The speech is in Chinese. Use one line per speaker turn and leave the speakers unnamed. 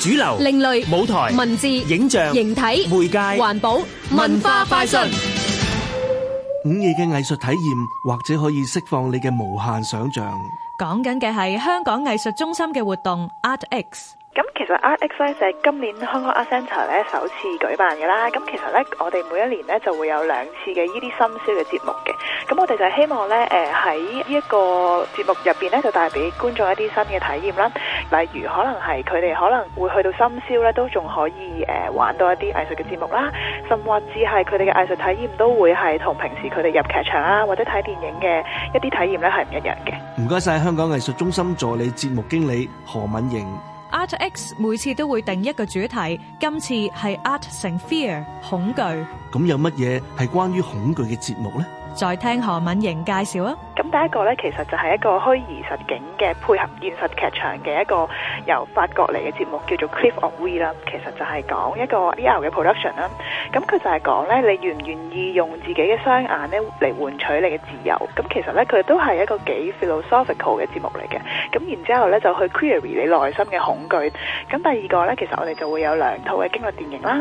主流、
另類
舞台、
文字
影像、
形體
媒介
環保文化快訊。
午夜嘅藝術體驗，或者可以釋放你嘅無限想像。
講緊嘅係香港藝術中心嘅活動 Art X。
咁其實 Art X 咧就係今年香港 Art Centre 咧首次舉辦嘅啦。咁其實咧，我哋每一年咧就會有兩次嘅呢啲深宵嘅節目嘅。咁我哋就希望咧，誒喺呢一個節目入邊咧，就帶俾觀眾一啲新嘅體驗啦。例如可能係佢哋可能會去到深宵咧，都仲可以誒、呃玩到一啲藝術嘅節目啦，甚或至係佢哋嘅藝術體驗都會係同平時佢哋入劇場啊或者睇電影嘅一啲體驗咧係唔一樣嘅。
唔該晒香港藝術中心助理節目經理何敏瑩。
Art X 每次都會定一個主題，今次係 Art 成 Fear 恐懼。
咁有乜嘢係關於恐懼嘅節目呢？
再聽何敏瑩介紹啊！
咁第一個呢，其實就係一個虛擬實景嘅配合現實劇場嘅一個由法國嚟嘅節目，叫做 Cliff of We 啦。其實就係講一個 VR 嘅 production 啦。咁佢就係講呢，你願唔願意用自己嘅雙眼呢嚟換取你嘅自由？咁其實呢，佢都係一個幾 philosophical 嘅節目嚟嘅。咁然之後呢，就去 query 你內心嘅恐懼。咁第二個呢，其實我哋就會有兩套嘅驚慄電影啦。